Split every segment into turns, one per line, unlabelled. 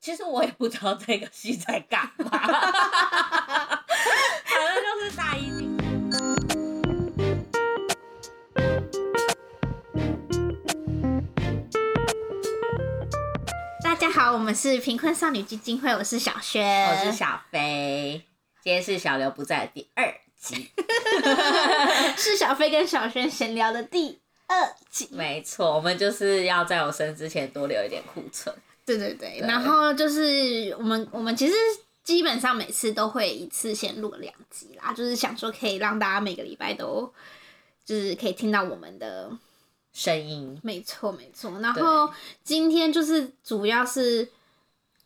其实我也不知道这个戏在干嘛，反正就是大一进。
大家好，我们是贫困少女基金会，我是小轩，
我哦是小飞，今天是小刘不在的第二 集，
是小飞跟小轩闲聊的第二集。
没错，我们就是要在我生之前多留一点库存。
对对对，
对
然后就是我们我们其实基本上每次都会一次先录两集啦，就是想说可以让大家每个礼拜都就是可以听到我们的，
声音
没错没错。然后今天就是主要是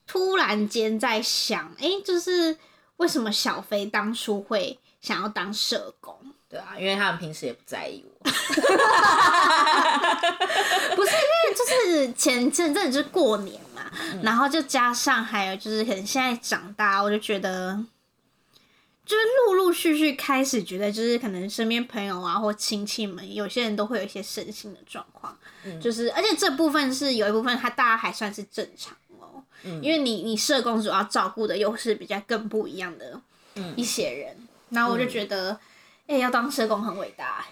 突然间在想，哎、就是为什么小飞当初会想要当社工？
对啊，因为他们平时也不在意我。
不是因为就是前前阵子就是过年嘛，
嗯
然后就加上还有就是可能现在长大，我就觉得就是陆陆续续开始觉得就是可能身边朋友啊或亲戚们，有些人都会有一些身心的状况，
嗯
就是而且这部分是有一部分他大家还算是正常哦，
嗯
因为你你社工主要照顾的又是比较更不一样的
嗯
一些人，然后我就觉得哎、要当社工很伟大、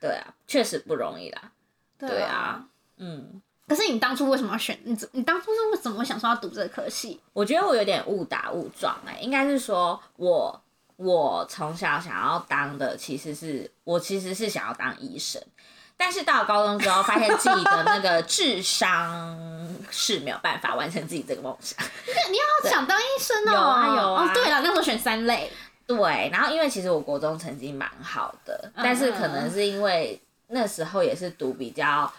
对啊，确实不容易啦。对啊，嗯，
可是你当初为什么要选？你怎你当初是为什么会想说要读这个科系？
我觉得我有点误打误撞哎、应该是说我我从小想要当的其实是我其实是想要当医生，但是到了高中之后，发现自己的那个智商是没有办法完成自己这个梦想。
他想当医生哦、
有啊有啊
哦，对了，那时候选三类，
对，然后因为其实我国中成绩蛮好的，但是可能是因为那时候也是读比较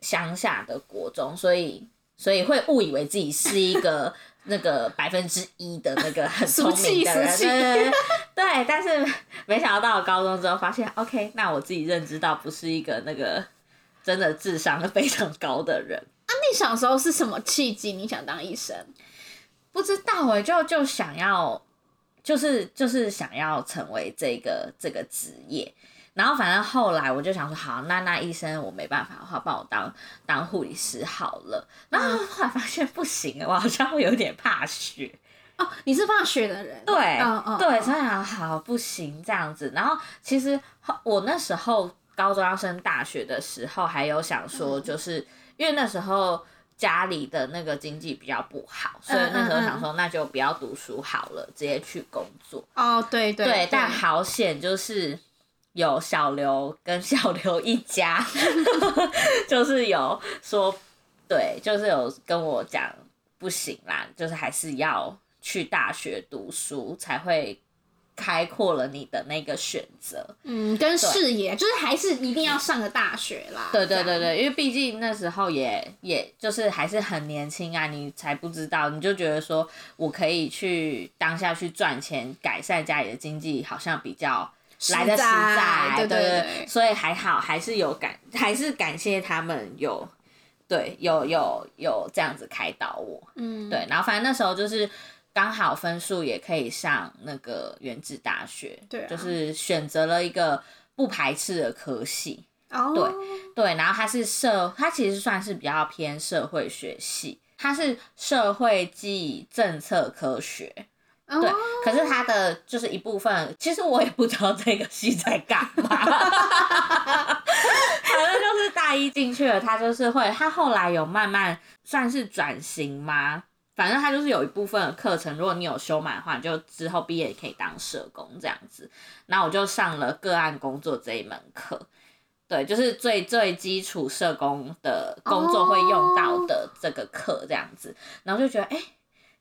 乡下的国中，所以所以会误以为自己是一个那个百分之一的那个很聪
俗
明
气
的人，
俗气
对对对对，但是没想到到了高中之后发现，OK，那我自己认知到不是一个那个真的智商非常高的人。
那你小时候是什么契机？你想当医生？
不知道哎、就就想要，就是就是想要成为这个这个职业。然后反正后来我就想说，好，那那医生我没办法的话，帮我当当护理师好了。然后后来发现不行欸，我好像会有点怕血。
哦，你是放学的人，
对，
嗯嗯，
对，
嗯
所以想好不行这样子。然后其实后我那时候高中要升大学的时候，还有想说，
嗯
就是、因为那时候家里的那个经济比较不好，所以
嗯
那时候想说，那就不要读书好了，直接去工作。
哦，对对
对，但好险就是有小刘跟小刘一家， 就是有说，对，就是有跟我讲不行啦，就是还是要去大学读书才会开阔了你的那个选择。
嗯，跟视野就是还是一定要上个大学啦。
对对
这
对
样，
对，因为毕竟那时候也也就是还是很年轻啊，你才不知道，你就觉得说我可以去当下去赚钱，改善家里的经济，好像比较来的实在，
对
对
对对
所以还好，还是有感，还是感谢他们有对有有有这样子开导我，
嗯，
对，然后反正那时候就是刚好分数也可以上那个原治大学，
对啊
就是选择了一个不排斥的科系，
哦，
对对，然后它是社，它其实算是比较偏社会学系，它是社会暨政策科学。
哦
对，可是它的就是一部分，其实我也不知道这个系在干嘛。反正就是大一进去了，他就是会，他后来有慢慢算是转型吗？反正他就是有一部分的课程，如果你有修满的话，你就之后毕业也可以当社工这样子。那我就上了个案工作这一门课，对，就是最最基础社工的工作会用到的这个课这样子，然后就觉得哎。诶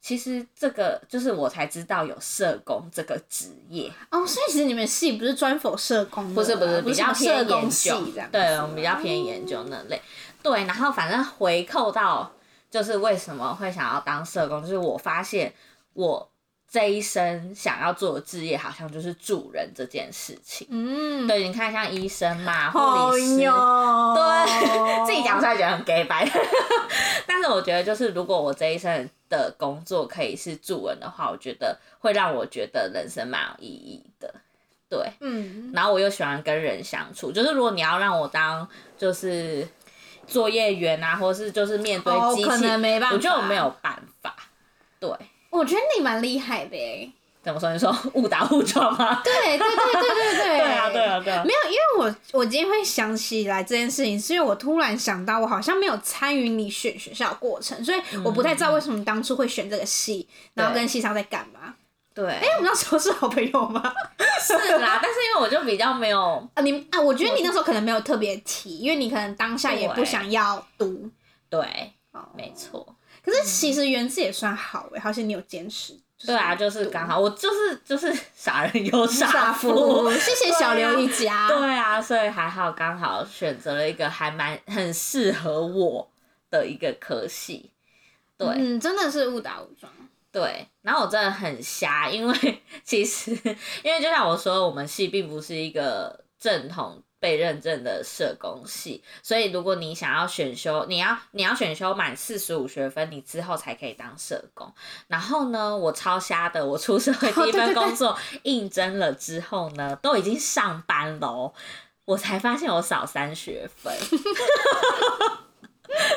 其实这个就是我才知道有社工这个职业，
哦，所以其实你们系不是专否社工的啊，
不是不是，比
什
较
么
偏
社
研
工系
究
这样，子，哦
对，我们比较偏研究那类。对，然后反正回扣到就是为什么会想要当社工，就是我发现我这一生想要做的职业好像就是助人这件事情。
嗯，
对，你看像医生嘛，护
好
理师，
哟，
对自己讲出来觉得很 gay 白， 但是我觉得就是如果我这一生的工作可以是助人的话，我觉得会让我觉得人生蛮有意义的。对，
嗯，
然后我又喜欢跟人相处，就是如果你要让我当就是作业员啊，或是就是面对
哦
机器，
可能没办法
我就没有办法。
我觉得你蛮厉害的诶。
怎么说？你说误打误撞吗？
对对对对对 对。
对啊，对。啊，对啊
没。有，因为我我今天会想起来这件事情，是因为我突然想到，我好像没有参与你选学校的过程，所以我不太知道为什么你当初会选这个系，然后跟系上在干嘛。
对，
哎，我们那时候是好朋友吗？
是啦，但是因为我就比较没有，
啊，你啊，我觉得你那时候可能没有特别提，因为你可能当下也不
对
想要读。
对，
哦
没错，
可是其实原字也算好哎、好像你有坚持。就是
对啊，就是 刚好，我就是就是傻人有
傻
傻
福，
福。
谢谢小刘一家。
对啊，所以还好，刚好选择了一个还蛮很适合我的一个科系。对，
嗯，真的是误打误撞。
对，然后我真的很瞎，因为 其实因为就像我说，我们系并不是一个正统被认证的社工系，所以如果你想要选修，你要你要选修满四十五学分，你之后才可以当社工。然后呢，我超瞎的，我出社会
哦
第一
对对
份
对
工作应征了之后呢，都已经上班喽，我才发现我少三学分。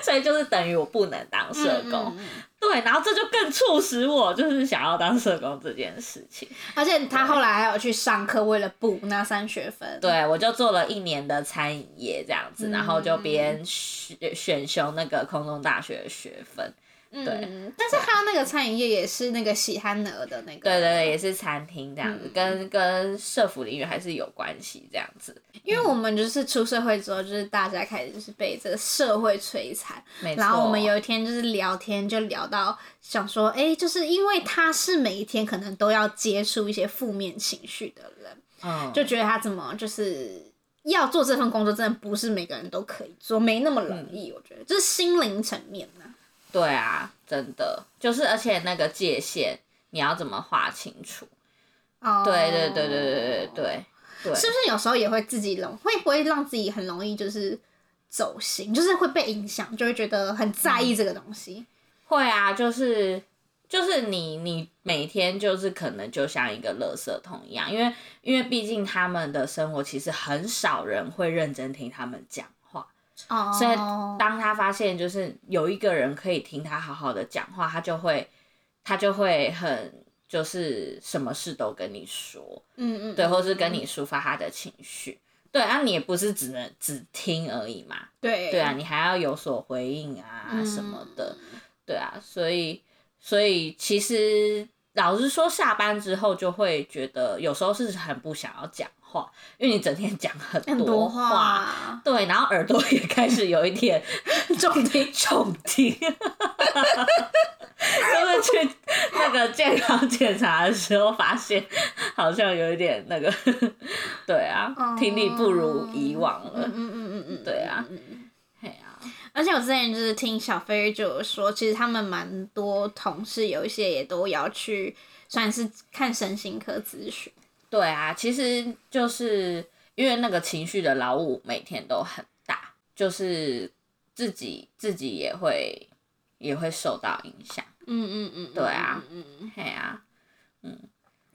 所以就是等于我不能当社工，
嗯嗯嗯
对，然后这就更促使我就是想要当社工这件事情。
而且他后来还有去上课，为了补那三学分。
对，我就做了一年的餐饮业这样子，
嗯
然后就边选选修那个空中大学的学分。
嗯，
对
嗯但是他那个餐饮业也是那个喜憨儿的那个。
对对对，也是餐厅这样子，
嗯
跟跟社服领域还是有关系这样子。
因为我们就是出社会之后，就是大家开始就是被这个社会摧残，
没错，
然后我们有一天就是聊天，就聊到想说，哎、就是因为他是每一天可能都要接触一些负面情绪的人，
嗯，
就觉得他怎么就是要做这份工作，真的不是每个人都可以做，没那么容
嗯
易。我觉得就是心灵层面嘛、
对啊，真的就是，而且那个界限你要怎么划清楚？
哦
对对对对对对对对，
是不是有时候也会自己容，会不会让自己很容易就是走心，就是会被影响，就会觉得很在
嗯
意这个东西。
会啊，就是就是你你每天就是可能就像一个垃圾桶一样，因为因为毕竟他们的生活其实很少人会认真听他们讲话，
哦，
所以当他发现就是有一个人可以听他好好的讲话，他就会他就会很就是什么事都跟你说，
嗯嗯，
对，或是跟你抒发他的情绪。对啊，你也不是只能只听而已嘛，
对
对啊，，你还要有所回应啊
嗯
什么的，对啊，所以所以其实老实说，下班之后就会觉得有时候是很不想要讲话，因为你整天讲很
很
多
多
话，啊
话。
对，然后耳朵也开始有一 点重听重听， 就是去那个健康检查的时候发现，好像有一点那个， 对啊，听力不如以往了，
嗯嗯嗯嗯嗯，
对啊
嗯。嗯嗯
嘿啊。
而且我之前就是听小飞就有说，其实他们蛮多同事有一些也都要去，算是看身心科咨询。
对啊，其实就是因为那个情绪的劳务每天都很大，就是自己自己也会也会受到影响。
嗯嗯嗯，
对啊
嗯，嗯嗯，
嘿啊，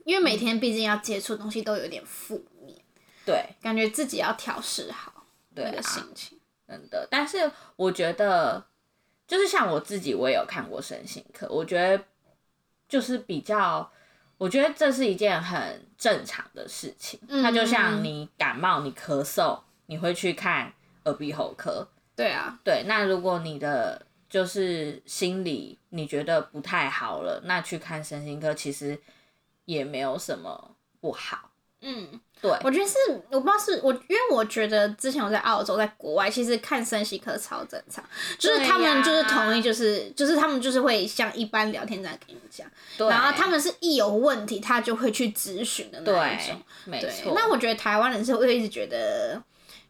因为每天毕竟要接触的东西都有点负面，
对
感觉自己要调试好
对
那
啊
个，心情。
真的。但是我觉得，就是像我自己，我也有看过身心科，我觉得就是比较。我觉得这是一件很正常的事情，
嗯
它就像你感冒、你咳嗽，你会去看耳鼻喉科，
对啊，
对，那如果你的就是心理你觉得不太好了，那去看身心科其实也没有什么不好。
嗯，
对，
我觉得是，我不知道是我，因为我觉得之前我在澳洲，在国外，其实看身心科超正常，就是
对
他们
呀
就是同意，就是就是他们就是会像一般聊天这样跟你讲。
对
然后他们是一有问题，他就会去咨询的那一
对
种。，
没
对，
错。
那我觉得台湾人是会一直觉得，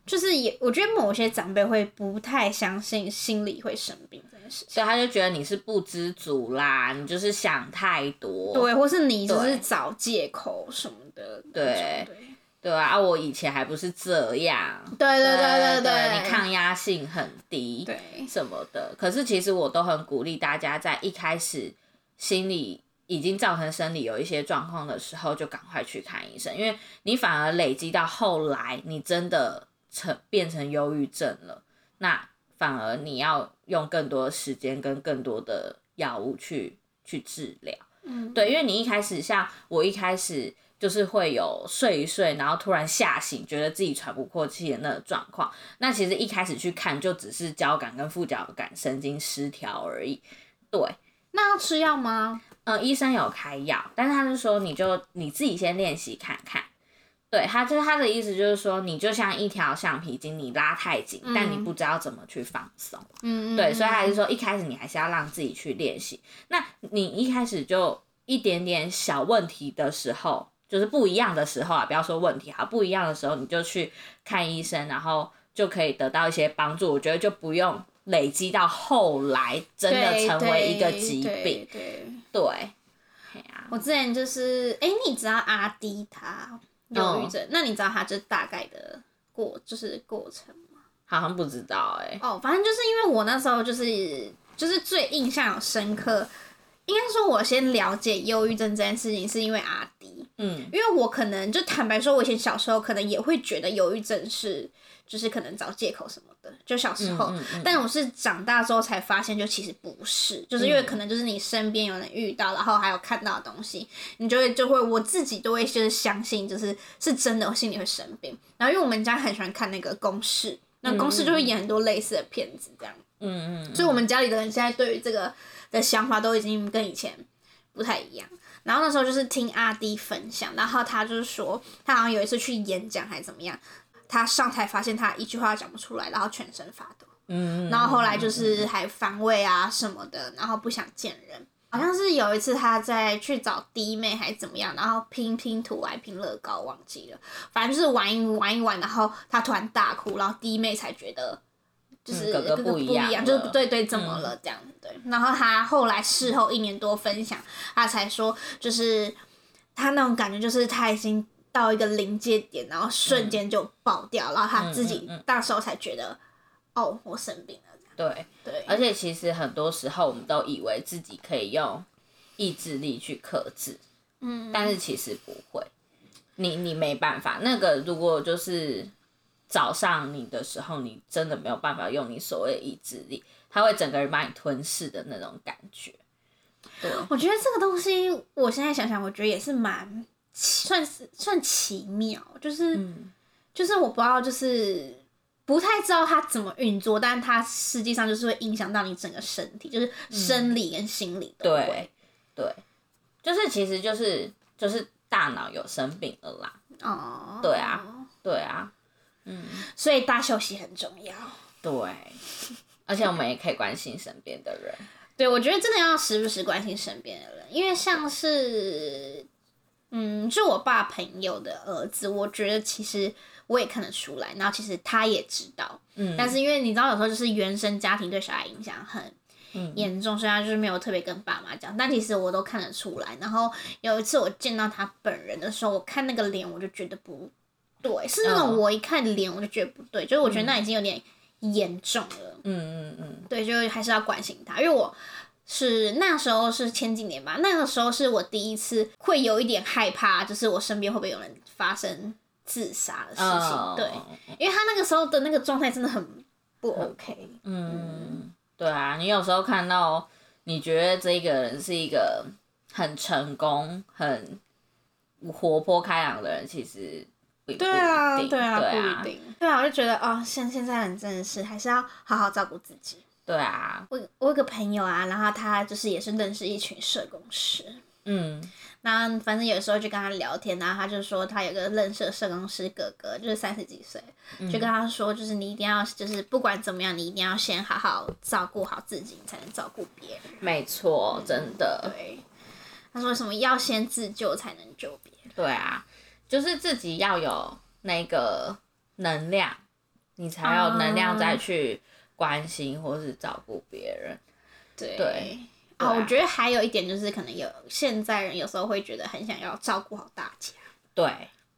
就是也我觉得某些长辈会不太相信心理会生病这件事情，
所以他就觉得你是不知足啦，你就是想太多。
对，或是你就是
对
找借口什么的那
对
种，对。
对啊，啊我以前还不是这样。
对对
对
对对，
你抗压性很低。
对
什么的。可是其实我都很鼓励大家，在一开始心理已经造成生理有一些状况的时候，就赶快去看医生，因为你反而累积到后来，你真的成变成忧郁症了，那反而你要用更多的时间跟更多的药物去去治疗。
嗯，
对，因为你一开始像我一开始就是会有睡一睡，然后突然吓醒，觉得自己喘不过气的那个状况。那其实一开始去看就只是交感跟副交感神经失调而已。对，
那要吃药吗？
呃，医生有开药，但是他是说你就你自己先练习看看。对他就是他的意思，就是说你就像一条橡皮筋，你拉太紧，但你
嗯
不知道怎么去放松。
嗯，
对，所以还
还
是说一开始你还是要让自己去练习。那你一开始就一点点小问题的时候，就是不一样的时候啊，不要说问题哈，不一样的时候你就去看医生，然后就可以得到一些帮助。我觉得就不用累积到后来真的成为一个疾病。
对，对
对，嘿啊
我之前就是，哎、你知道阿迪他忧郁症，那你知道他就是大概的过就是过程吗？
好像不知道哎、欸，
哦，反正就是因为我那时候就是就是最印象有深刻，应该说我先了解忧郁症这件事情是因为阿迪，
嗯，
因为我可能就坦白说，我以前小时候可能也会觉得忧郁症是就是可能找借口什么的，就小时候。
嗯嗯嗯
但我是长大之后才发现，就其实不是，就是因为
嗯
可能就是你身边有人遇到，然后还有看到的东西，你就会就会我自己都会就是相信，就是是真的，我心里会生病。然后因为我们家很喜欢看那个公式，那公式就会演很多类似的片子这样，
嗯嗯，
所以我们家里的人现在对于这个的想法都已经跟以前不太一样。然后那时候就是听阿弟分享，然后他就是说，他好像有一次去演讲还是怎么样，他上台发现他一句话都讲不出来，然后全身发抖。
嗯，嗯
然后后来就是还防卫啊什么的，然后不想见人。好像是有一次他在去找弟妹还是怎么样，然后拼拼图还拼乐高忘记了，反正就是玩一玩一玩，然后他突然大哭，然后弟妹才觉得就是
嗯哥哥不
一
一样嗯了
就是对对怎么了这样子对。然后他后来事后一年多分享，他才说就是他那种感觉就是他已经到一个临界点，然后瞬间就爆掉，然后他自己
嗯嗯嗯
那时候才觉得哦，我生病了。
对，
对，
而且其实很多时候我们都以为自己可以用意志力去克制，
嗯，
但是其实不会，你你没办法。那个如果就是早上你的时候，你真的没有办法用你所谓的意志力，它会整个人把你吞噬的那种感觉。对，
我觉得这个东西，我现在想想，我觉得也是蛮奇算是算奇妙，就是、
嗯，
就是我不知道，就是不太知道它怎么运作，但它实际上就是会影响到你整个身体，就是
嗯
生理跟心理都会
对。对，就是其实就是就是大脑有生病了啦。
哦，
对啊，对啊，嗯，
所以大休息很重要。
对，而且我们也可以关心身边的人。
对，我觉得真的要时不时关心身边的人，因为像是，嗯，就我爸朋友的儿子，我觉得其实我也看得出来，然后其实他也知道，
嗯，
但是因为你知道，有时候就是原生家庭对小孩影响很
嗯
严重，所以他就是没有特别跟爸妈讲，但其实我都看得出来。然后有一次我见到他本人的时候，我看那个脸，我就觉得不对，是那种
嗯
我一看脸我就觉得不对，就是我觉得那已经有点严重了。
嗯嗯嗯，
对，就还是要关心他，因为我是那时候是前几年吧，那个时候是我第一次会有一点害怕，就是我身边会不会有人发生自杀的事情。
哦
对，因为他那个时候的那个状态真的很不 OK。
嗯，对啊，你有时候看到，你觉得这个人是一个很成功、很活泼开朗的人，其实也不
对啊，
一定
对啊，
对
不一定。对啊，我就觉得哦，现现在人真的是还是要好好照顾自己。
对啊，
我我有个朋友啊，然后他就是也是认识一群社工师，
嗯
那反正有时候就跟他聊天，然后他就说他有个认识的社工师哥哥，就是三十几岁，就跟他说，就是你一定要，就是不管怎么样，你一定要先好好照顾好自己，你才能照顾别人。
没错，真的，
对，他说什么要先自救才能救别人。
对啊，就是自己要有那个能量，你才有能量再去关心或是照顾别人。
对
对对
啊，
啊
我觉得还有一点就是，可能有现在人有时候会觉得很想要照顾好大家，
对，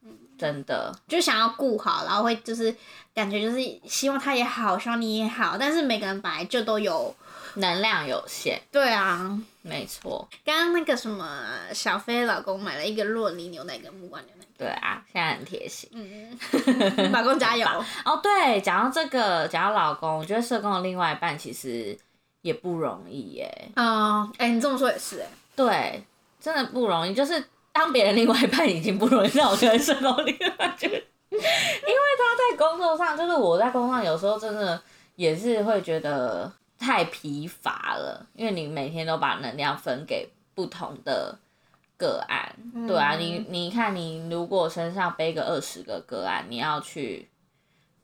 嗯
真的，
就想要顾好，然后会就是感觉就是希望他也好，希望你也好，但是每个人本来就都有。
能量有限，
对啊，
没错。
刚刚那个什么小飞老公买了一个洛梨牛奶跟木瓜牛奶，
对啊，现在很贴心。
嗯，老公加油！
哦，对，讲到这个，讲到老公，我觉得社工的另外一半其实也不容易耶。
哦嗯，哎、你这么说也是哎、
对，真的不容易，就是当别人另外一半已经不容易，那我觉得是当另外就是因为他在工作上，就是我在工作上有时候真的也是会觉得太疲乏了，因为你每天都把能量分给不同的个案，对啊，你你看你如果身上背个二十个个案，你要去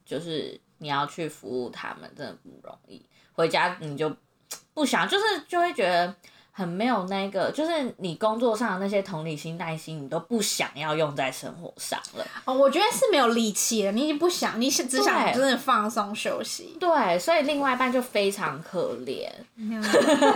就是你要去服务他们，真的不容易。回家你就不想，就是就会觉得很没有那个，就是你工作上的那些同理心、耐心，你都不想要用在生活上了。
哦，我觉得是没有力气了，你已经不想，你是只想
对
真的放松休息。
对，所以另外一半就非常可怜。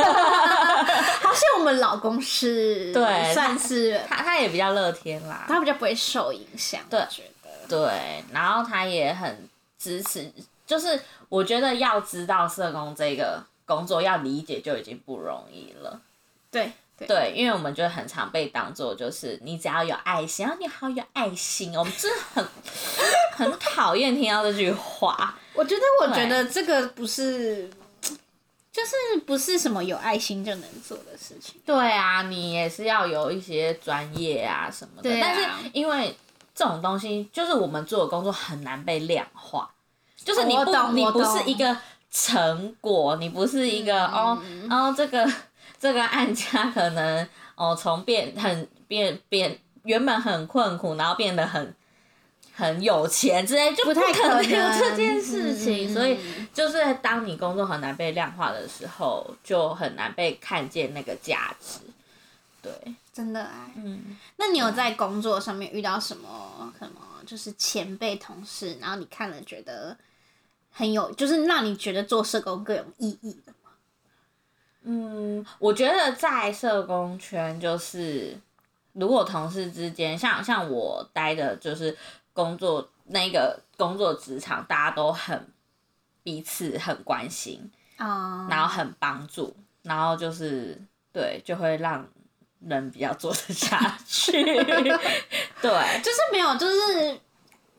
好像我们老公是，
对
算是
他他也比较乐天啦，
他比较不会受影响，
对
我觉得。
对，然后他也很支持，就是我觉得要知道社工这个工作要理解就已经不容易了。
对对
对，因为我们就很常被当做就是你只要有爱心，然后你好有爱心，哦我们真的很 很讨厌听到这句话。
我觉得，我觉
对
得这个不是，就是不是什么有爱心就能做的事情。
对啊，你也是要有一些专业啊什么的，
对啊
但是因为这种东西，就是我们做的工作很难被量化，就是你
我
不、
懂
你
我
不
懂嗯
是一个成果，你不是一个、哦哦这个 这个案家可能哦从变很变变原本很困苦，然后变得很。很有钱之类，就
不太
可
可
能有
能
这件事情，
嗯
所以就是当你工作很难被量化的时候，就很难被看见那个价值。对，
真的哎，
嗯，
那你有在工作上面遇到什么什么，就是前辈同事，然后你看了觉得很有，就是让你觉得做社工更有意义的？
嗯，我觉得在社工圈，就是如果同事之间，像像我待的就是工作那个工作职场，大家都很彼此很关心，
啊、
然后很帮助，然后就是对，就会让人比较做得下去。 对，
就是没有，就是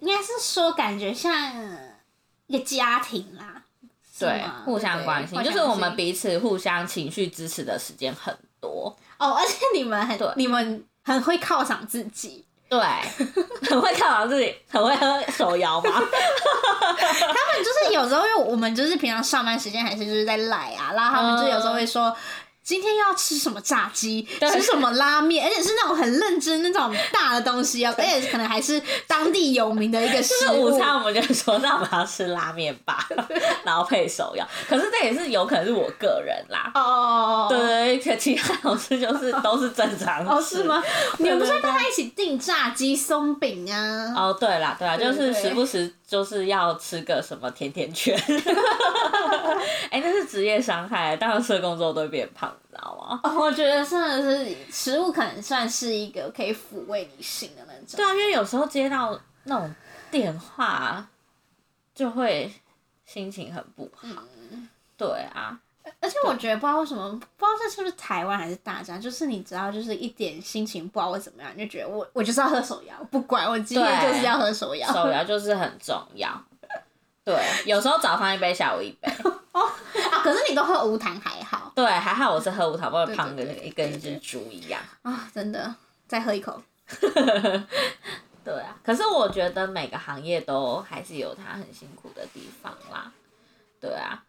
应该是说感觉像一个家庭啦，是
对
吗，
互相
对
关心，
互
就
相
是我们彼此互相情绪支持的时间很多。
哦，而且你们很
对
你们很会犒赏自己，
对， 很会看好自己，很会喝手摇嘛。
他们就是有时候，因为我们就是平常上班时间还是就是在赖啊，然后他们就有时候会说。今天要吃什么炸鸡，
对
吃什么拉面，而且是那种很认真那种大的东西哦，而且可能还是当地有名的一个食
就是
物。
午餐，我们就说，那我们要吃拉面吧， 然后配手摇。可是这也是有可能是我个人啦。
哦哦哦，
对对对，可其他同事就是都是正常
哦
吃
是吗？？你们不是
对对对
大家一起订炸鸡松饼啊？
哦，对啦，对啦，
对
就
对
是
对
时不时就是要吃个什么甜甜圈， 哎、那是职业伤害，当然社工之后都会变胖，你知道吗？
哦我觉得真的是食物，可能算是一个可以抚慰你心的那种。
对啊，因为有时候接到那种电话，就会心情很不好。对啊，
而且我觉得不知道为什么，不知道这是不是台湾还是大家，就是你只要就是一点心情不好或怎么样，你就觉得我我就是要喝手摇，不管我今天
对
就是要喝手摇。
手摇啊就是很重要。对，有时候早上一杯，下午一杯。
啊，可是你都喝无糖还好
对，还好我是喝无糖，不然
对对
胖
对
跟
对
一根一只猪一样。
啊，真的。再喝一口，
对啊，可是我觉得每个行业都还是有它很辛苦的地方啦。对啊，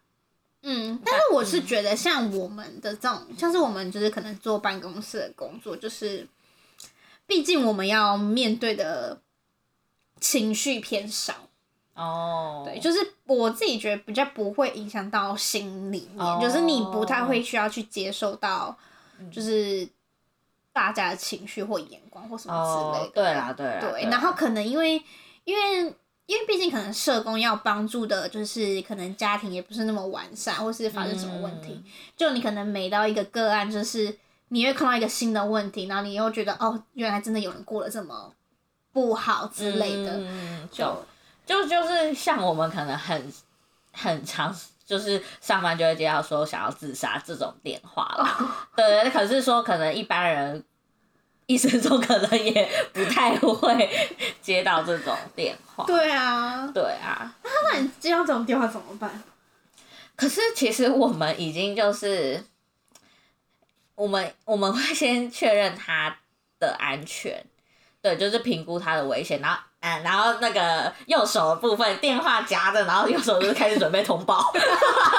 嗯，但是我是觉得像我们的这种，像是我们就是可能做办公室的工作，就是毕竟我们要面对的情绪偏少，
哦，
对，就是我自己觉得比较不会影响到心里面，
哦嗯
就是你不太会需要去接受到，就是大家的情绪或眼光或什么之
哦
类，的。
对啦，对啊啦，
对，
啦
然后可能因为因为。因为毕竟可能社工要帮助的，就是可能家庭也不是那么完善，或是发生什么问题，
嗯
就你可能每到一个个案，就是你会看到一个新的问题，然后你又觉得哦，原来真的有人过得这么不好之类的，
嗯、
就
就就就是像我们可能很很长，就是上班就会接到说想要自杀这种电话啦。对，可是说可能一般人一生中可能也不太会接到这种电话。
对啊，
对啊，
那你接到这种电话怎么办？
可是其实我们已经就是我们我们会先确认他的安全，对，就是评估他的危险，然后嗯，然后那个右手的部分电话夹着，然后右手就是开始准备通报。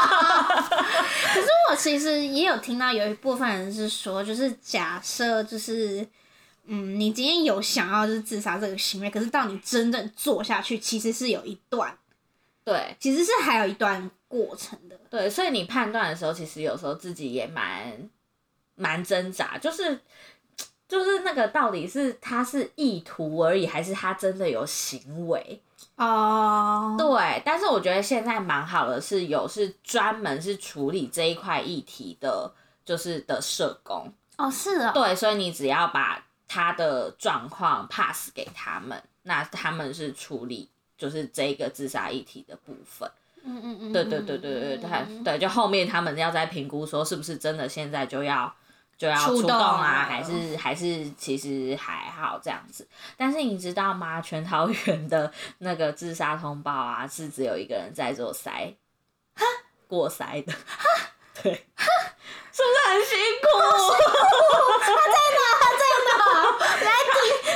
可是我其实也有听到有一部分人是说，就是假设就是，嗯，你今天有想要就是自杀这个行为，可是到你真正做下去，其实是有一段，
对
其实是还有一段过程的。
对，所以你判断的时候，其实有时候自己也蛮蛮挣扎，就是。就是那个到底是他是意图而已，还是他真的有行为？
哦，
对，但是我觉得现在蛮好的是有是专门是处理这一块议题的，就是的社工。
哦，是哦，
对，所以你只要把他的状况 pass 给他们，那他们是处理就是这个自杀议题的部分。
嗯嗯嗯，
对对对对对，他对就后面他们要再评估说是不是真的现在就要就要出
触动
动啊，
了
还是还是其实还好这样子。但是你知道吗？全桃园的那个自杀通报啊，是只有一个人在做筛，过筛的，对，是不是很辛苦？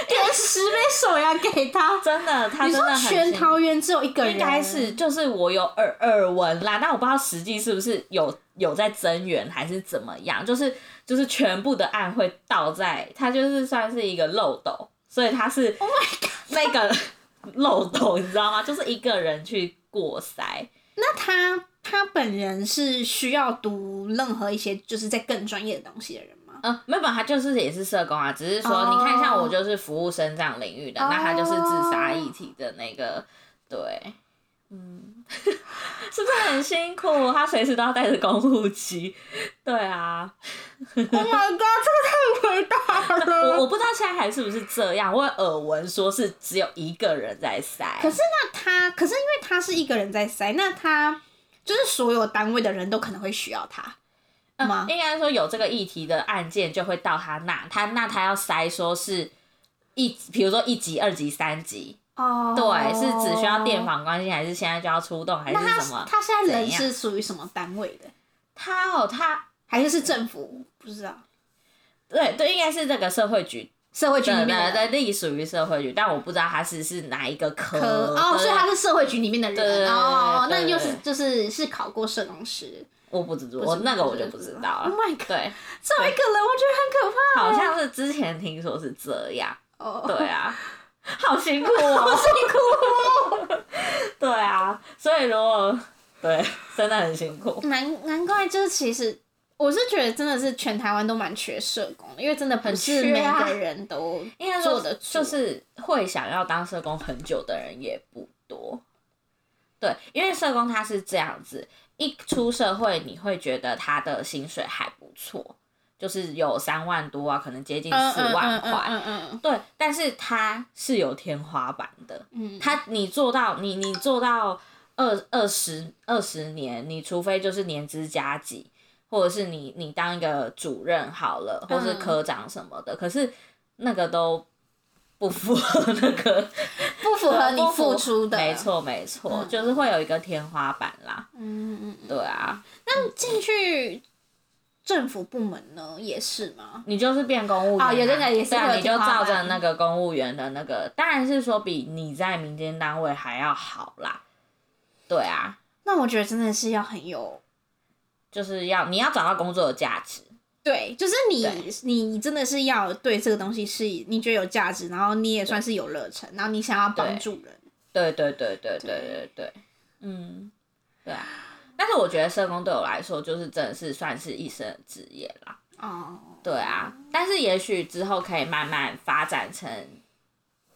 给十杯手摇给他。
真的，他
你
真的
说
很
全
辛苦
桃园只有一个人，
应该是就是我有耳耳闻啦，但我不知道实际是不是有有在增援还是怎么样，就是就是全部的案会倒在它就是算是一个漏斗，所以它是
Oh my god！
那个漏斗，你知道吗？就是一个人去过筛，
那他他本人是需要读任何一些就是在更专业的东西的人吗？
嗯，没有，他就是也是社工啊，只是说
哦
你看像我就是服务生这样领域的，
哦
那他就是自杀议题的那个对。嗯，是不是很辛苦？他随时都要带着公务机，对啊，
Oh my god！这个太伟大
我
了。
我不知道现在还是不是这样，我有耳闻说是只有一个人在塞，
可是那他，可是因为他是一个人在塞，那他就是所有单位的人都可能会需要他。吗
嗯、应该说有这个议题的案件就会到他那，他那他要塞说是一，比如说一级、二级、三级，
哦
对，是只需要电。访关系，还是现在就要出动，还
哦那
是什
他
么？
他现在人
怎样
是属于什么单位的？
他哦，他
还是是政府？不知道。
对对，应该是这个社会局。啊
社会局里
对
面的
对对，
人
隶属于社会局，但我不知道他是是哪一 个科。
科哦，
对
所以他是社会局里面的
对对对对
人哦，
对
那
对
又
对
是就是是考过社工师，
我不知道，我那个我就不知道了
Oh。my god！
对，
这么一个人，我觉得很可怕
好像是之前听说是这样。
哦。
对啊，好辛苦哦，好辛苦哦。 对啊，所以如果对，真的很辛苦。
难难怪，就是其实我是觉得真的是全台湾都蛮缺社工的，因为真的不是
很缺
每
啊
个人都
应该
做
说
得，住
就是会想要当社工很久的人也不多。对，因为社工他是这样子，一出社会你会觉得他的薪水还不错，就是有三万多啊，可能接近四万块。
嗯嗯
对，但是他是有天花板的，
嗯
他你做到你你做到二二十二十年，你除非就是年资加级，或者是你你当一个主任好了，或是
嗯
科长什么的，可是那个都不符合那个
不符合你
不符
付出 的，
没。错没错，就是会有一个天花板啦，
嗯嗯嗯，
对啊，
那进去政府部门呢，也是吗？
你就是变公务员、啊
哦有这个也是
对啊
会有
你就
天花
照着
板
那个公务员的那个，当然是说比你在民间单位还要好啦，对啊，
那我觉得真的是要很有。
就是要你要找到工作的价值，
对，就是你
对，
你你真的是要对这个东西是你觉得有价值，然后你也算是有热忱，然后你想要帮
对
助人。
对对对对对对对，嗯，对啊。但是我觉得社工对我来说，就是真的是算是一生的职业啦。
哦，
对啊，但是也许之后可以慢慢发展成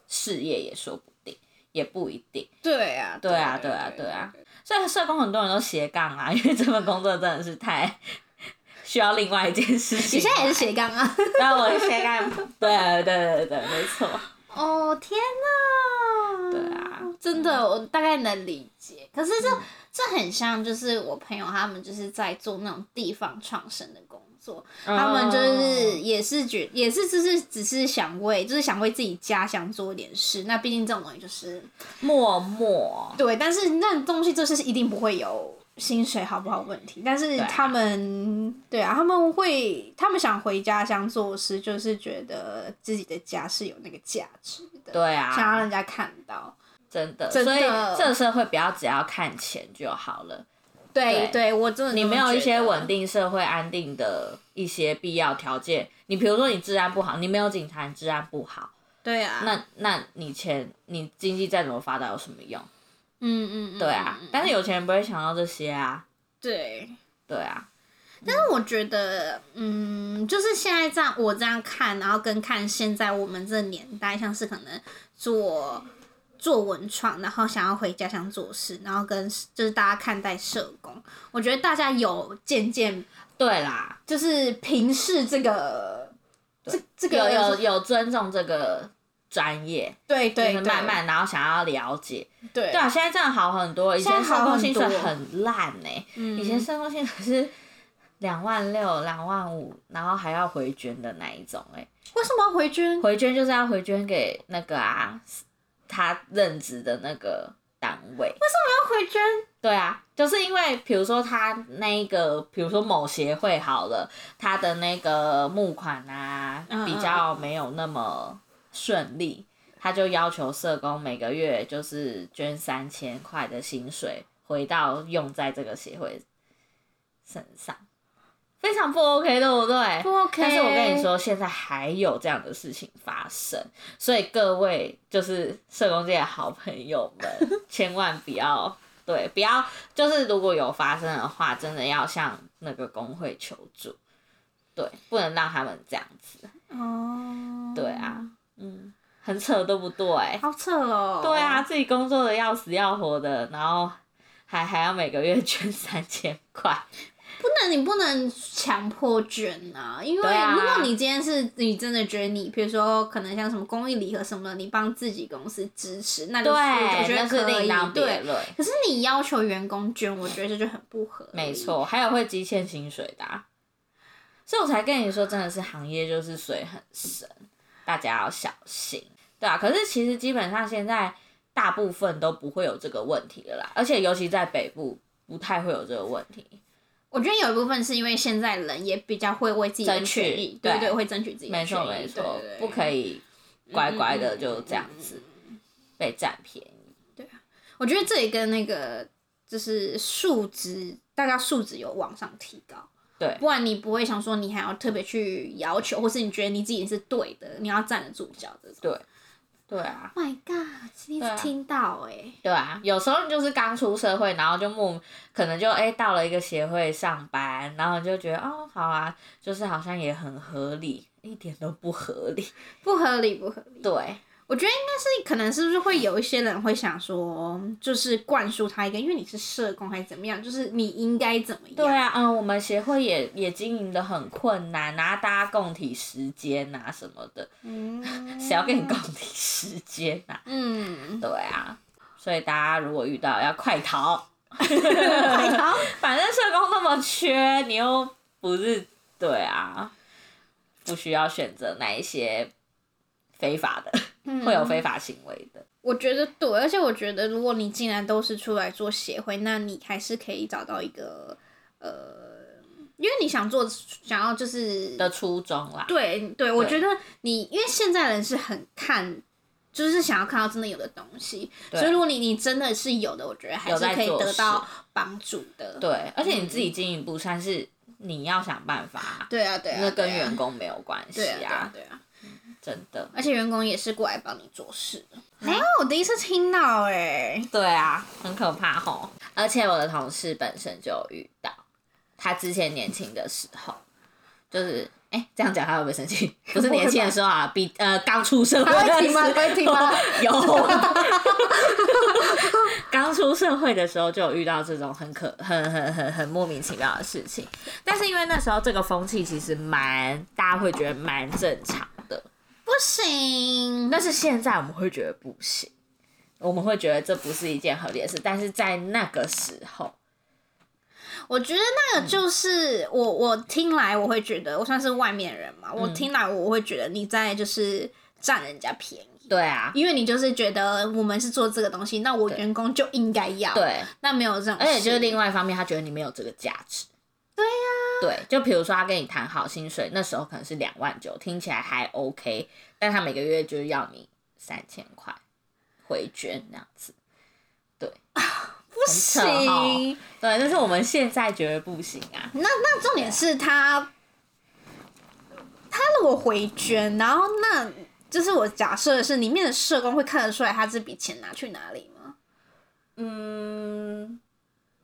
事业，也说不定，也不一定。
对啊，
对啊，对啊，对啊。所以社工很多人都斜杠啊， 因为这份工作真的是太需要另外一件事情。
你现在也是斜杠啊？
然后我是斜杠，对对对对，没错。
哦天呐！
对啊，
真的，我大概能理解。可是这、这很像，就是我朋友他们就是在做那种地方创生的工作，
哦
他们
嗯
就是也是觉也是就是只是想为就是想为自己家乡做点事。那毕竟这种东西就是
默默，
对，但是那种东西就是一定不会有薪水好不好问题，但是
对啊
他们对啊，他们会他们想回家乡做事，就是觉得自己的家是有那个价值的，
对
想
啊，
让人家看到。
真的，
真的
所以这个社会不要只要看钱就好了。
对
对
对，我真的
你没有一些稳
定，
定社会安定的一些必要条件，你比如说你治安不好，你没有警察，你治安不好，
对啊，
那那你钱你经济再怎么发达有什么用？
嗯嗯嗯，
对啊，
嗯嗯
但是有钱人不会想到这些啊，
对。
对啊，
但是我觉得，嗯，就是现在这样，我这样看，然后跟看现在我们这年代，像是可能做做文创，然后想要回家乡做事，然后跟就是大家看待社工，我觉得大家有渐渐
对啦，
就是平视这个这这个
有有有尊重这个专业，
对
就
对
是
对
慢慢然后想要了解，
对
对啊，现在真的好很多，以
现在
前社
好
工
很
薪水
多
很烂呢、
嗯
以前社工薪水是两万六、两万五，然后还要回捐的那一种哎、
为什么要回军？
回捐就是要回捐给那个啊，他任职的那个单位。
要回军？
对啊，就是因为比如说他那一个，比如说某协会好了，他的那个募款啊
嗯嗯
比较没有那么顺利，他就要求社工每个月就是捐三千块的薪水回到用在这个协会身上，非常不 OK，对不对？
不 OK。
但是我跟你，说，现在还有这样的事情发生，所以各位就是社工界的好朋友 们，千万不要对，不要就是如果有发生的话，真的要向那个工会求助，对，不能让他们这样子，
哦，
对啊，嗯，很扯，对不对？
好扯哦。
对啊，，自己工作的要死要活的，然后还还要每个月捐三千块，
不能，你不能强迫捐啊，因为
对啊
如果你今天是你真的觉得你，比如说可能像什么公益礼盒什么的，你帮自己公司支持，那就
对，
是我觉
那
得
是
可
另
以
当。别
对，
论。
可是你要求员工捐，我觉得这就很不合理。
没，错，还有会积欠薪水的、啊，所以我才跟你说，真的是行业就是水很深，大家要小心，对啊。可是其实基本上现在大部分都不会有这个问题了啦，而且尤其在北部不太会有这个问题。
我觉得有一部分是因为现在人也比较会为自己的
争取
权益，
对
对对，会争取自己的
没
权
错
益，
没错
对，嗯
不可。以乖乖的就这样子被占便宜。
我觉得这也跟那个就是数值，大家数值有往上提高。
对
不然你不会想说你还要特别去要求，或是你觉得你自己是对的，你要站得住脚这种。
对对啊，
Oh My God，
对
今天
啊
是听到哎、
对啊，有时候你就是刚出社会，然后就莫可能就哎、到了一个协会上班，然后你就觉得哦好啊，就是好像也很合理，一点都不合理。
不合理，不合理。
对，
我觉得应该是可能是不是会有一些人会想说，就是灌输他一个，因为你是社工还是怎么样，就是你应该怎么样。
对啊，嗯，我们协会也也经营的很困难啊，大家共体时间啊什么的，
嗯
谁要跟你共体时间啊？
嗯，
对啊，所以大家如果遇到要快逃，
好，
反正社工那么缺，你又不是对啊，不需要选择那一些非法的，
嗯
会有非法行为的。
我觉得对，而且我觉得，如果你既然都是出来做协会，那你还是可以找到一个呃，因为你想做，想要就是
的初衷啦，
对对，我觉得你因为现在人是很看，就是想要看到真的有的东西，
对
所以如果你你真的是有的，我觉得还
有
是
在
可以
做
得
事
到帮助的。
对，而且你自己经营不善是你要想办法啊，
对啊，对啊，
那跟
对啊
员工没有关系
对啊，对啊，对啊，
真的。
而且员工也是过来帮你做事的。
嗯
哎、我第一次听到哎、
对啊，很可怕吼！而且我的同事本身就有遇到，他之前年轻的时候，就是哎、这样讲他会不会生 气？不是年轻的时候啊，比呃刚出社会
他
的
会
时
听吗
候
他会听 吗
有，刚出社会的时候就有遇到这种很可很很很很莫名其妙的事情，但是因为那时候这个风气其实蛮大家会觉得蛮正常的，
不行，
但是现在我们会觉得不行，我们会觉得这不是一件合理的事。但是在那个时候，
我觉得那
嗯
个就是、我，
嗯
我听来我会觉得我算是外面人嘛，我听来我会觉得你在就是占人家便宜，
对啊，
因为你就是觉得我们是做这个东西，那我
对
员工就应该要，，
对，
那没有这种事，
而且就是另外一方面，他觉得你没有这个价值。对呀、对，就比如说他跟你谈好薪水，那时候可能是两万九，听起来还 OK，但他每个月就是要你三千块回捐那样子。
不
很扯哦
行。
对，但是我们现在觉得不行啊。
那那重点是他，他如果回捐，然后那就是我假设的是里面的社工会看得出来他这笔钱拿去哪里吗？
嗯，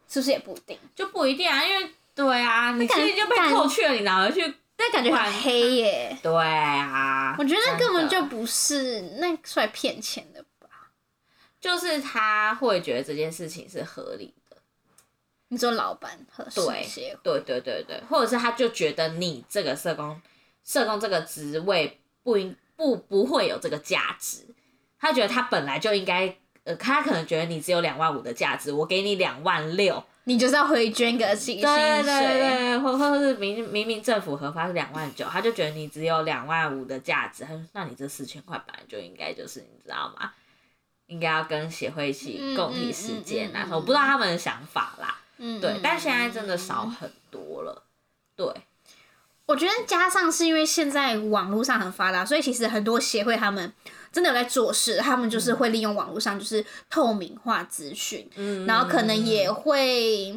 是不是也不一定？
就不一定啊，因为对啊，你其
感
实就被
感
扣去了，你拿回去。
但感觉很
管
黑耶、
对啊，
我觉得那
真
根本
的
就不是那出来骗钱的吧？
就是他会觉得这件事情是合理的。
你说老板和
对
协会，
对对对对，或者是他就觉得你这个社工，社工这个职位不应不不会有这个价值，他觉得他本来就应该，呃，他可能觉得你只有两万五的价值，我给你两万六，
你就是要回捐个薪
对对
薪水，
对对，或或是明明明政府核发是两万九，他就觉得你只有两万五的价值，他说那你这四千块本来就应该就是你知道吗？应该要跟协会一起
嗯
共
嗯
体
嗯
时
嗯
间啊，
嗯
我不知道他们的想法啦，
嗯
对，但现在真的。
嗯
少
嗯嗯
很多了。对，
我觉得加上是因为现在网络上很发达，所以其实很多协会他们真的有在做事，他们就是会利用网络上就是透明化资讯，
嗯
然后可能也会，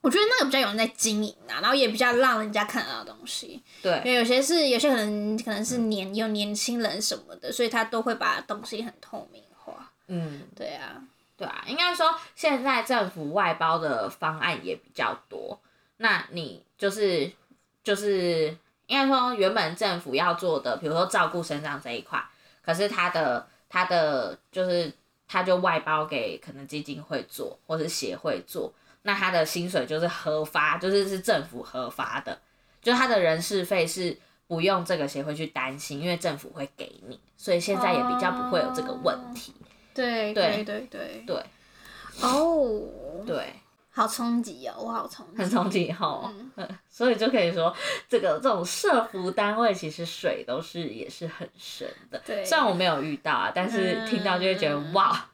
我觉得那个比较有人在经营啊，然后也比较让人家看得到的东西。因
对
为有些是有些可能可能是年有年轻人什么的，所以他都会把东西很透明化。
嗯，
对啊，
对啊，应该说现在政府外包的方案也比较多。那你就是就是应该说原本政府要做的，比如说照顾生长这一块，可是他的他的就是他就外包给可能基金会做或是协会做，那他的薪水就是核发，就是是政府核发的，就是他的人事费是不用这个协会去担心，因为政府会给你，所以现在也比较不会有这个问题。
对
对
对对
对
哦，
对。
好冲击哦，我好冲击
很。冲击吼，
嗯
嗯所以就可以说，这个这种社服单位其实水都是也是很深的。
对
虽然我没有遇到啊，但是听到就会觉得、
嗯
哇。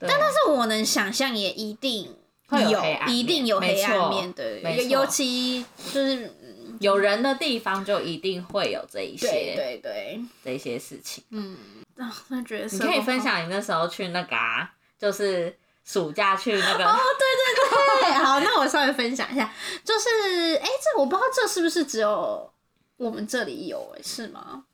但但是
但我能想象，也一定
会有黑暗面
一定有黑暗面，
没错
对，
没错
尤尤其就是嗯
有人的地方就一定会有这一些
对对对，
这一些事情。
嗯，啊，那觉得
你
社工
可以分享你那时候去那个、啊，就是暑假去那
哦
个，
对， 好，那我稍微分享一下，就是哎、这我不知道这是不是只有我们这里有、哎，是吗？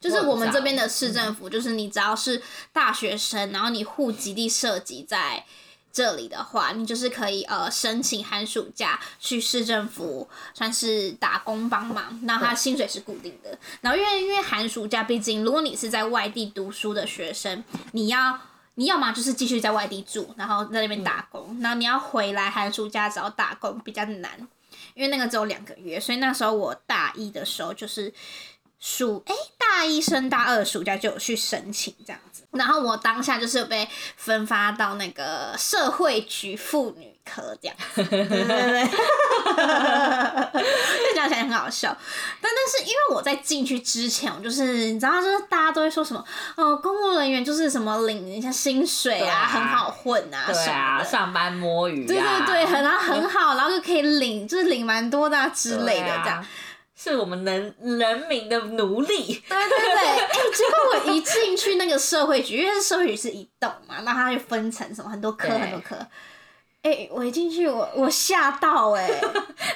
就是我们这边的市政府，就是你只要是大学生，然后你户籍地涉及在这里的话，你就是可以呃申请寒暑假去市政府算是打工帮忙，那他薪水是固定的。然后因为因为寒暑假，毕竟如果你是在外地读书的学生，你要你要么就是继续在外地住，然后在那边打工，然后你要回来寒暑假找打工比较难，因为那个只有两个月，所以那时候我大一的时候就是暑哎、大一升大二暑假就有去申请这样子，然后我当下就是有被分发到那个社会局妇女科这样子，对对对， 就讲起来很好笑。但但是因为我在进去之前，我就是你知道，就是大家都会说什么哦，公务人员就是什么领一下薪水
对
啊，
啊
很好混啊，
对
什么
啊，
的。
上班摸鱼、啊，
对对对，很然后很好，然后就可以领，就是领蛮多的、啊、之类的
对啊
这样。
是我们人人民的奴隶。
对对对，哎、结果我一进去那个社会局，因为社会局是一栋嘛，那它就分成什么很多科
对
很多科。哎、我一进去我，我吓到哎、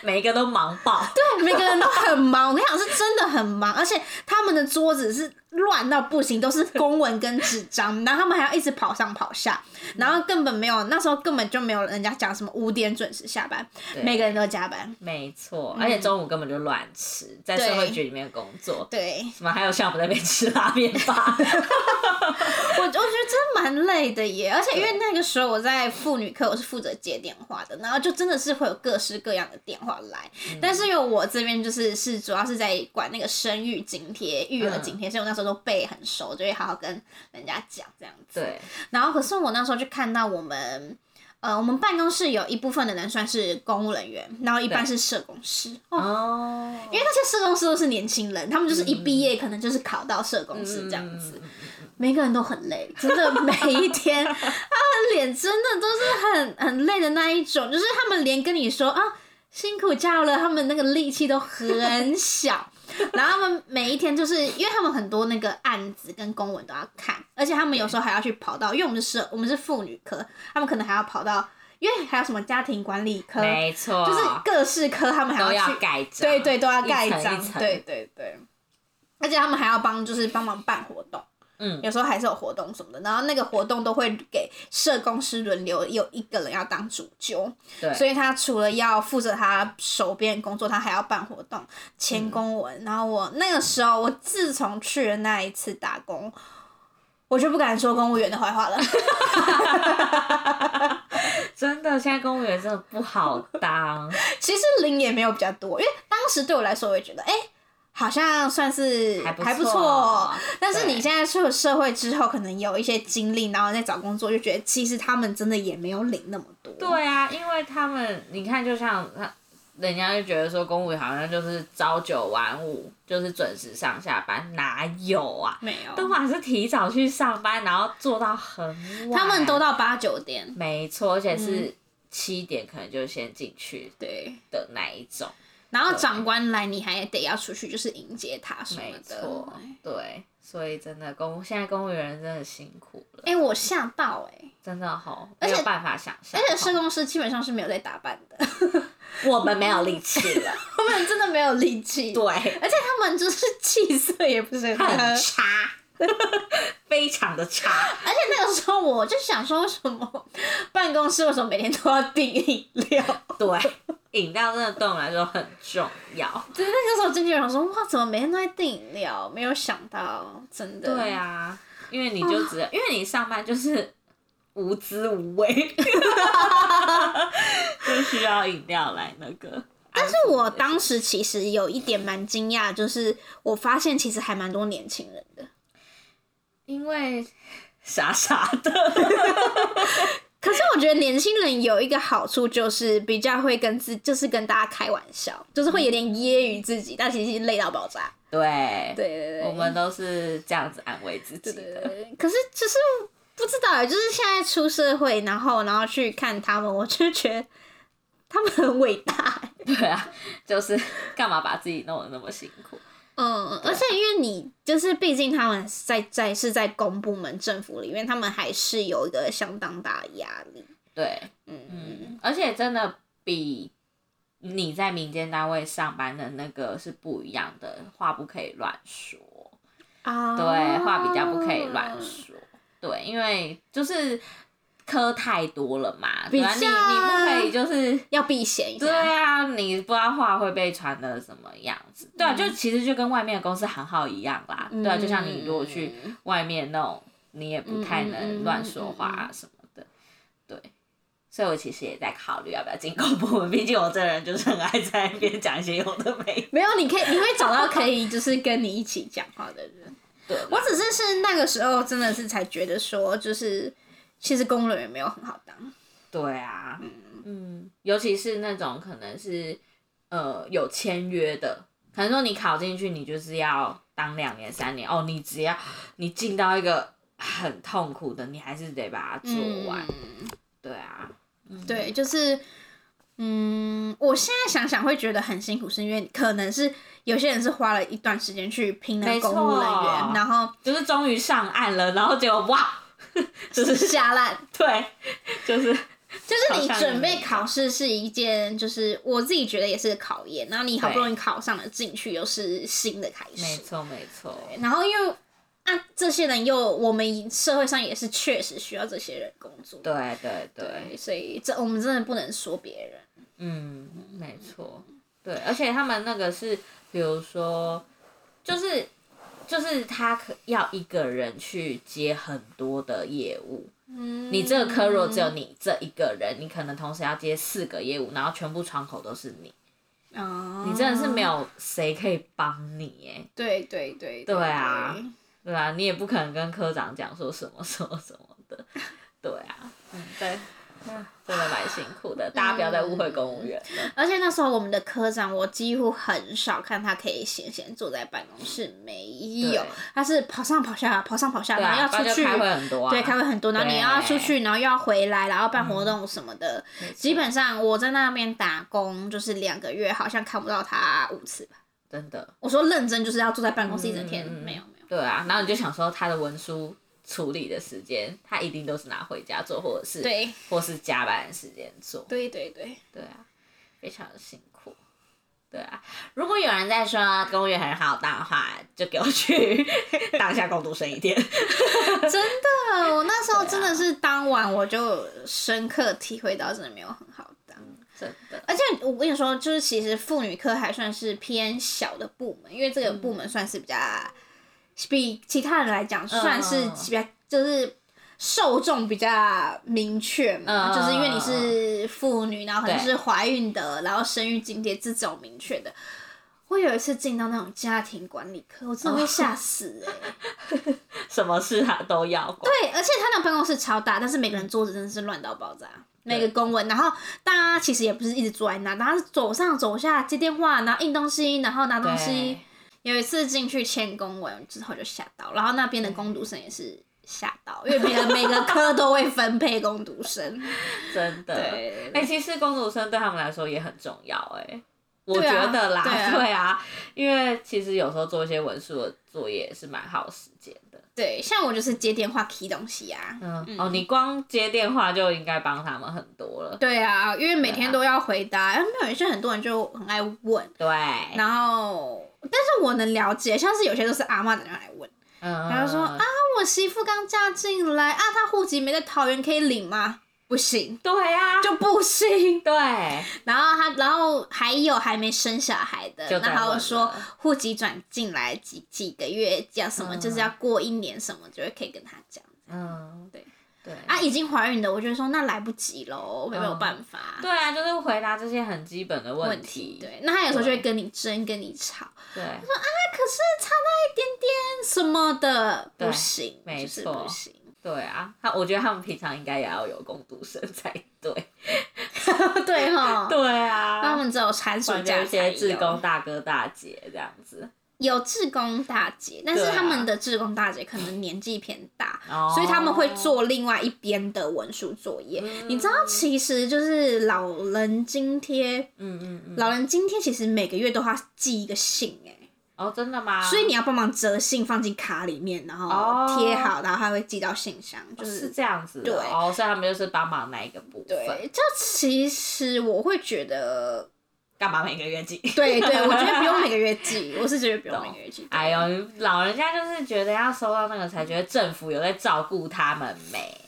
每一个都忙爆，
对，每个人都很忙，我跟你讲是真的很忙，而且他们的桌子是乱到不行，都是公文跟纸张，然后他们还要一直跑上跑下，
嗯
然后根本没有那时候根本就没有人家讲什么五点准时下班，
对
每个人都加班，
没错，
嗯
而且中午根本就乱吃，在社会局里面工作，
对。
什么还有像我们那边吃拉面 吧，
我我觉得真的蛮累的耶，而且因为那个时候我在妇女课，我是负责接电话的，然后就真的是会有各式各样的电话来，
嗯
但是因为我这边就是是主要是在管那个生育津贴、育
嗯
儿津贴，所以我那时候都背很熟，就会好好跟人家讲这样子。
对，
然后可是我那时候就看到我们。呃，我们办公室有一部分的人算是公务人员，然后一半
对
是社工师。哦，
哦，因
因为那些社工师都是年轻人，他们就是一
嗯
毕业可能就是考到社工师这样子，每个人都很累，真的每一天， 他们脸真的都是很很累的那一种，就是他们连跟你说啊辛苦加油了，他们那个力气都很小。然后他们每一天就是因为他们很多那个案子跟公文都要看，而且他们有时候还要去跑到，因为我们是社我们是妇女科，他们可能还要跑到，因为还有什么家庭管理科，
没错，
呃就是各式科，他们还
都
要去
要盖章，
对对，都要
一
盖
层一
章，
层
对对对。而且他们还要帮，就是帮忙办活动，
嗯，
有时候还是有活动什么的。然后那个活动都会给社工师轮流，有一个人要当主揪，
对，
所以他除了要负责他手边的工作，他还要办活动、签公
嗯
文。然后我那个时候，我自从去了那一次打工，我就不敢说公务员的坏 话了。
真的，现在公务员真的不好 当，
其实零也没有比较多，因为当时对我来说，我也觉得，哎、好像算是
还不
还不
错啊
错。啊但是你
对
现在出了社会之后，可能有一些经历，然后再找工作，就觉得其实他们真的也没有领那么多。
对啊，因为他们你看，就像他，人家就觉得说公务员好像就是朝九晚五，就是准时上下班，哪有啊？
没有，
都还是提早去上班，然后做到很晚。
他们都到八九点。
没错，而且是七点可能就先进去
嗯对，
的那一种。
然后长官来，你还得要出去，就是迎接他什么
没
的。
错，对，所以真的公现在公务员真的辛苦了，
哎、我吓到哎、
真的好，
而
没
且
有办法想象
而
吼。
且社工师基本上是没有在打扮的，
我们没有力气了，
他们真的没有力气。
对，
而且他们就是气色也不是很
很差，非常的差。
而且那个时候我就想说，为什么办公室为什么每天都要订饮料？
对，饮料真的对我们来说很重要。
对，那个时候进去想说，哇，怎么每天都在订饮料？没有想到，真的。
对，啊，因为你就只，因为你上班就是无滋无 味， 就需要饮料来那个。但是
但我当时其实有一点蛮惊讶，就是我发现其实还蛮多年轻人的。
因为傻傻的，
可是我觉得年轻人有一个好处，就是比较会跟自，就是跟大家开玩笑，就是会有点揶揄自己，但其实累到爆炸。
对，
对对对，
我们都是这样子安慰自己
对对
的。
对，可是就是不知道欸，就是现在出社会，然后然后去看他们，我就觉得他们很伟大欸。
对啊， 就是干嘛把自己弄得那么辛苦？
嗯，而且因为你就是，毕竟他们在在是在公部门、政府里面，他们还是有一个相当大的压力。
对，
嗯，
嗯，而且真的比你在民间单位上班的那个是不一样的，话不可以乱说。
啊，
对，话比较不可以乱说。对，因为就是科太多了嘛，对啊，
比
你
较
你不可以就是。
要避嫌一
对
下。
啊，你不知道话会被传的什么样子。
嗯
对啊，就其实就跟外面的公司行号一样啦。对啊，就像你如果去
嗯
外面那种，你也不太能乱说话啊什么
嗯
的。对，所以我其实也在考虑要不要进公部门，毕竟我这个人就是很爱在那边讲一些有的没的。
没有，你可以，你会找到可以就是跟你一起讲话的人。
对
我只是是那个时候真的是才觉得说，就是其实公务人员没有很好当。
对啊，嗯，尤其是那种可能是呃有签约的，可能说你考进去，你就是要当两年三年哦，你只要你进到一个很痛苦的，你还是得把它
嗯
做完。对啊，
对，就是，嗯，我现在想想会觉得很辛苦，是因为可能是有些人是花了一段时间去拼
没
了公务人员，
错
然后
就是终于上岸了，然后结果哇， 就是
下烂。
对，就是
就是你
考上
准备
了
考试是一件，就是我自己觉得也是个考验，然后你好不
对
容易考上了进去，又是新的开
没
始。
错没错，
然后又啊，这些人又我们社会上也是确实需要这些人工作。
对对对，
对，所以这我们真的不能说别人。
嗯，没错，对，而且他们那个是，比如说，就是就是他可要一个人去接很多的业务，
嗯，
你这个科若只有你这一个人，你可能同时要接四个业务，然后全部窗口都是你，
哦，
你真的是没有谁可以帮你耶，
对对对对
对啊
对
对啊，你也不可能跟科长讲说什么什么什么的，对啊，嗯，对，真的蛮辛苦的，大家不要再误会公务员了。
而且那时候我们的科长，我几乎很少看他可以闲闲坐在办公室，没有
对，
他是跑上跑下，跑上跑下，
对
然后
啊，不
要
然
出
就
去，
开会很多啊，
对，开会很多，然后你
对嗯
要出去，然后又要回来，然后办活动什么的。
没错
基本上我在那边打工就是两个月，好像看不到他五次吧。
真的
我说认真就是要坐在办公室一整天，
嗯嗯嗯
没有没有。
对啊。然后你就想说他的文书处理的时间，他一定都是拿回家做，或者是
对
或是加班的时间做。
对对对，
对啊，非常的辛苦。对啊，如果有人在说公务员很好当的话，就给我 去当一下工读生一点。
呃，我那时
啊
候真的是当晚我就深刻体会到，真的没有很好当。
真的，
而且我跟你说，就是其实妇女科还算是偏小的部门，因为这个部门算是比较、比其他人来讲算是
嗯
比较、就是受众比较明确嘛，
嗯
就是因为你是妇女，然后可能是怀孕的，然后生育津贴这种明确的。我有一次进到那种家庭管理科，我真
哦
的会吓死哎、
什么事他都要管。
对，而且他那个办公室超大，但是每个人桌子真的是乱到爆炸，每个
对
公文，然后大家其实也不是一直坐在那，然后是走上走下接电话，然后印东西，然后拿啊东西。有一次进去签公文之后就吓到，然后那边的工读生也是吓到，因为每个每个科都会分配工读生。
对，真的。
对
哎、其实工读生对他们来说也很重要、哎，我
对啊
觉得啦，
对啊
因为其实有时候做一些文书的作业也是蛮耗时间的。
对，像我就是接电话提东西啊。
嗯，哦，你光接电话就应该帮他们很多了。
对啊，因为每
对
天
啊哎
都要回答，然后没有，些很多人就很爱问，
对，
然后但是我能了解，像是有些都是阿妈打电话来问。
嗯，
然后说啊，我媳妇刚嫁进来啊，她户籍没在桃园，可以领吗？不行，
对呀、
就不行。
对，
然后她，然后还有还没生小孩的，
就在
然后
问
说
了
户籍转进来几几个月，讲什么、
嗯
就是要过一年什么，就会可以跟她讲。
嗯，
对
对
啊，已经怀孕的，我就说那来不及喽，没有
嗯
办法。
对啊，就是回答这些很基本的问
问题对，那她有时候就会跟你争，跟你吵，
对，
那可是差那一点点什么的，不
对
行，
没
就是
错
不行。
对啊，他我觉得他们平常应该也要有工读生才对。
对哈，
对啊，
他们只有寒暑
反
假
正一些
才
志
有
工大哥大姐这样子，
有志工大姐，但是
对啊
他们的志工大姐可能年纪偏大，
哦
所以他们会做另外一边的文书作业。
嗯
你知道，其实就是老人津贴，
嗯嗯嗯，
老人津贴其实每个月都要寄一个信、欸，
哦，真的吗？
所以你要帮忙折信放进卡里面，然
哦
后贴好，然后还会寄到信箱，就是是。
这样子的，
对
哦，所以他们就是帮忙那一个部分，
对，就其实我会觉得，
干嘛每个月寄？
对对，我觉得不用每个月寄，我是觉得不用每个月 寄。
哎呦，老人家就是觉得要收到那个才觉得政府有在照顾他们美，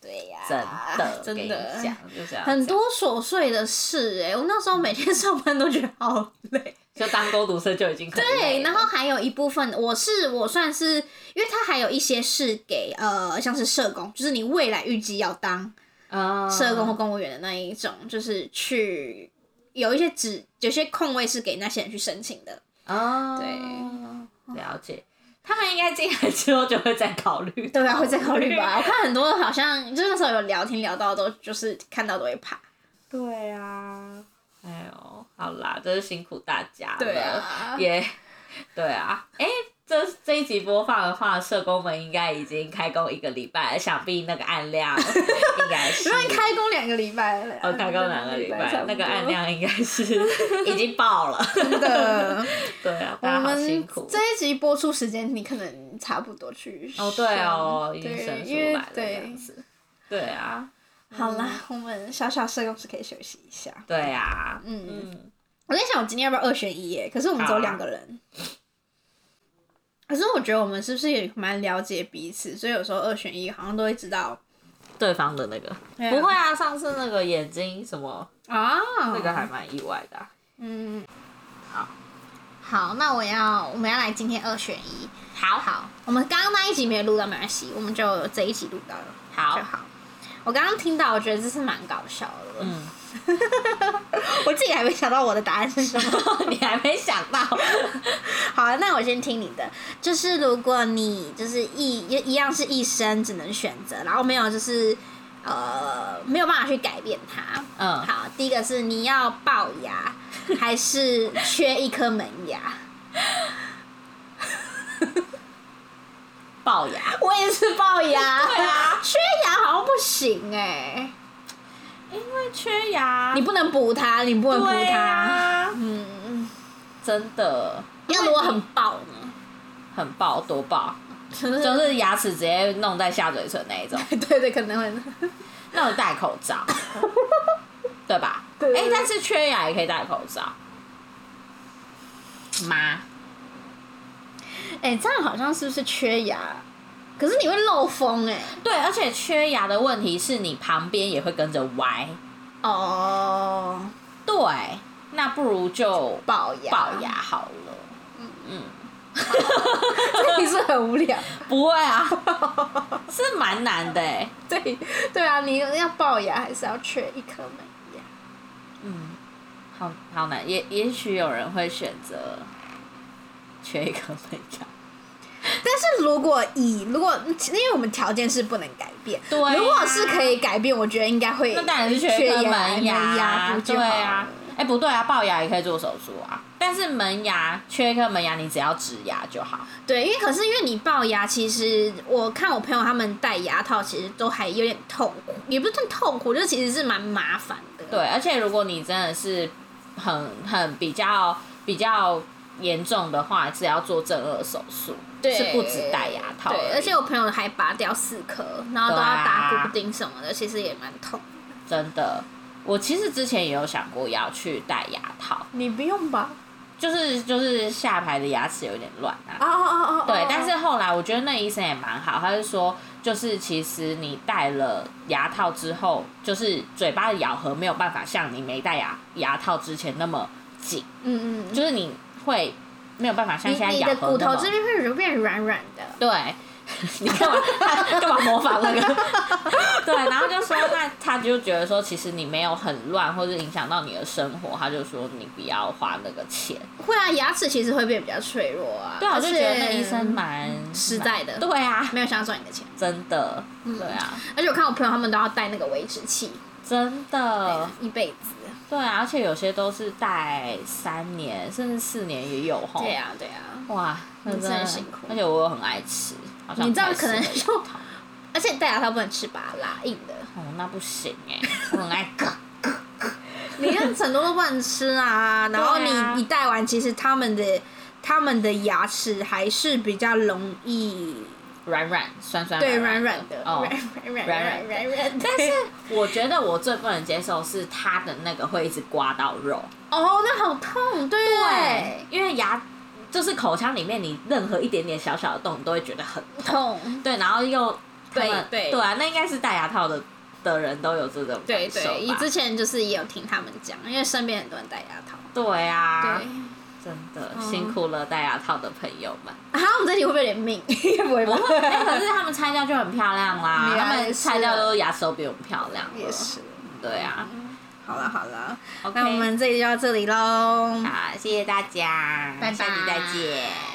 对呀、
真的，
啊真
跟你
的
讲就这样，
很多琐碎的事哎、我那时候每天上班都觉得好累。
就当工读生就已经很累
对，
了
然后还有一部分，我是我算是，因为它还有一些是给呃，像是社工，就是你未来预计要当
嗯，
社工或公务员的那一种，就是去有一些职，有些空位是给那些人去申请的。
哦，对，了解。他们应该进来之后就会再考虑，
对啊，会再考虑 吧。我看很多好像就是那时候有聊天聊到都就是看到都会怕。
对啊，哎呦，好啦，真是辛苦大家了。
对啊
也 对啊，哎、这这一集播放的话，社工们应该已经开工一个礼拜了，想必那个案 量应该是。
因为开工两个礼拜了，
哦，开工两个礼
差
拜，
不多
那个案量应该 是已经爆了。
真的。
对啊，
我
大家好辛
们
苦。
这一集播出时间，你可能差不多去
哦，对哦，已
对
经生出
因为
来了这
对
样，子。对啊，
好啦，
嗯
我们小小社工是可以休息一下。
对啊，
嗯
嗯，
我在想，我今天要不要二选一？耶？可是我们只有两个人。
啊
可是我觉得我们是不是也蛮了解彼此，所以有时候二选一好像都会知道。
对方的那个
对啊
不会啊，上次那个眼睛什么
啊，
那个还蛮意外的啊、
嗯，
好，
好，那我要我们要来今天二选一。
好
好，我们刚刚那一集没有录到，没关系，我们就这一集录到了。
好
就好。我刚刚听到，我觉得这是蛮搞笑的。
嗯，
我自己还没想到我的答案是什 么。
你还没想 到，
好、啊，那我先听你的。就是如果你就是一一一样是一生只能选择，然后没有就是呃没有办法去改变它。
嗯，
好，第一个是你要龅 牙还是缺一颗门牙？
龅牙，
我也是龅牙，
对啊
缺牙好像不行哎、
因为缺牙，
你不能补它，你不能补
对
它。
啊，
嗯，
真的
那如果很龅呢？
很龅，多龅，
就
就是牙齿直接弄在下嘴唇那 一种。
对对，可能会。
那我戴口 罩，对吧？
对对
哎、
对
但是缺牙也可以戴口罩。妈，
哎、这样好像是不是缺牙？可是你会漏风哎、
对，而且缺牙的问题是你旁边也会跟着歪。
哦，
对，那不如就
龅牙，
龅 牙，好 了。
你是很无聊。
不会啊，是蛮难的哎。
对对啊，你要龅牙还是要缺一颗门牙？
嗯，好好难，也也许有人会选择缺一个门牙。
但是如果以如果因为我们条件是不能改变，
对啊
如果是可以改变，我觉得应该会
那当然是缺
缺
一颗
牙
门
门
牙
牙，补就
对
好
啊
了。。
哎、不对啊，龅牙也可以做手术啊，但是门牙缺一颗门牙，你只要植牙就好。
对，因为可是因为你龅牙，其实我看我朋友他们戴牙套，其实都还有点痛苦，也不是算痛苦，就其实是蛮麻烦的。
对，而且如果你真的是很很比较比较严重的话，是要做正颚手术，
对，
是不止戴牙套
对，
已
而且我朋友还拔掉四颗，然后都要
对啊
打骨钉什么的，其实也蛮痛。
真的。我其实之前也有想过要去戴牙套，
你不用吧？
就是就是下排的牙齿有点乱啊。
哦哦哦哦，
对，但是后来我觉得那医生也蛮好，他是说，就是其实你戴了牙套之后，就是嘴巴的咬合没有办法像你没戴牙牙套之前那么紧，
嗯嗯，
就是你会没有办法像
你
现在
你
咬
的
合
骨
那么
头这边会变软软的。
对， 你干嘛干嘛模仿那个？对，然后就说那他就觉得说，其实你没有很乱，或者影响到你的生活，他就说你不要花那个钱。
会啊，牙齿其实会变比较脆弱啊。
对啊，我就
而
觉
且
得那医生蛮
实在嗯的
对啊，
没有想要赚你的钱。
真的，对啊。
而且我看我朋友他们都要戴那个维持器，
真的，
一辈子。
对啊，而且有些都是戴三年甚至四年也有吼。
对，啊，对啊。
哇，那
嗯
真
真
的
的辛苦
而且我又很爱吃，好像
你知道
不太
可能
适合
就
牙套
而且戴牙套不能吃拔拉硬 的，
哦，那不行 哎、我很爱割。
你看很多都不能吃啊。然后
对
你、
啊
你戴完，其实他们的他们的牙齿还是比较容易
软软酸酸
对
软
软软的，
哦
软。软软
软
软软软的。
但是我觉得我最不能接受是它的那个会一直刮到肉，
哦，那好痛，对不对，
因为牙就是口腔里面你任何一点点小小的洞你都会觉得很
痛，
对，然后又他
对
们
对
对啊，那应该是戴牙套的的人都有这种
对
感受
对。
吧
以之前就是也有听他们讲，因为身边很多人戴牙套，
对啊，
对。
真的、
嗯
辛苦了戴牙套的朋友们。
啊，我们这里会不会有点 命？应该不会
不
吧？
会，哎 可是他们拆掉就很漂亮啦，
也
他们
是
拆掉
啊
都牙齿都比我们漂亮了。，对啊。
好了好了，
OK，
那我们这里就到这里喽。
好，谢谢大家，
拜拜
下集再见。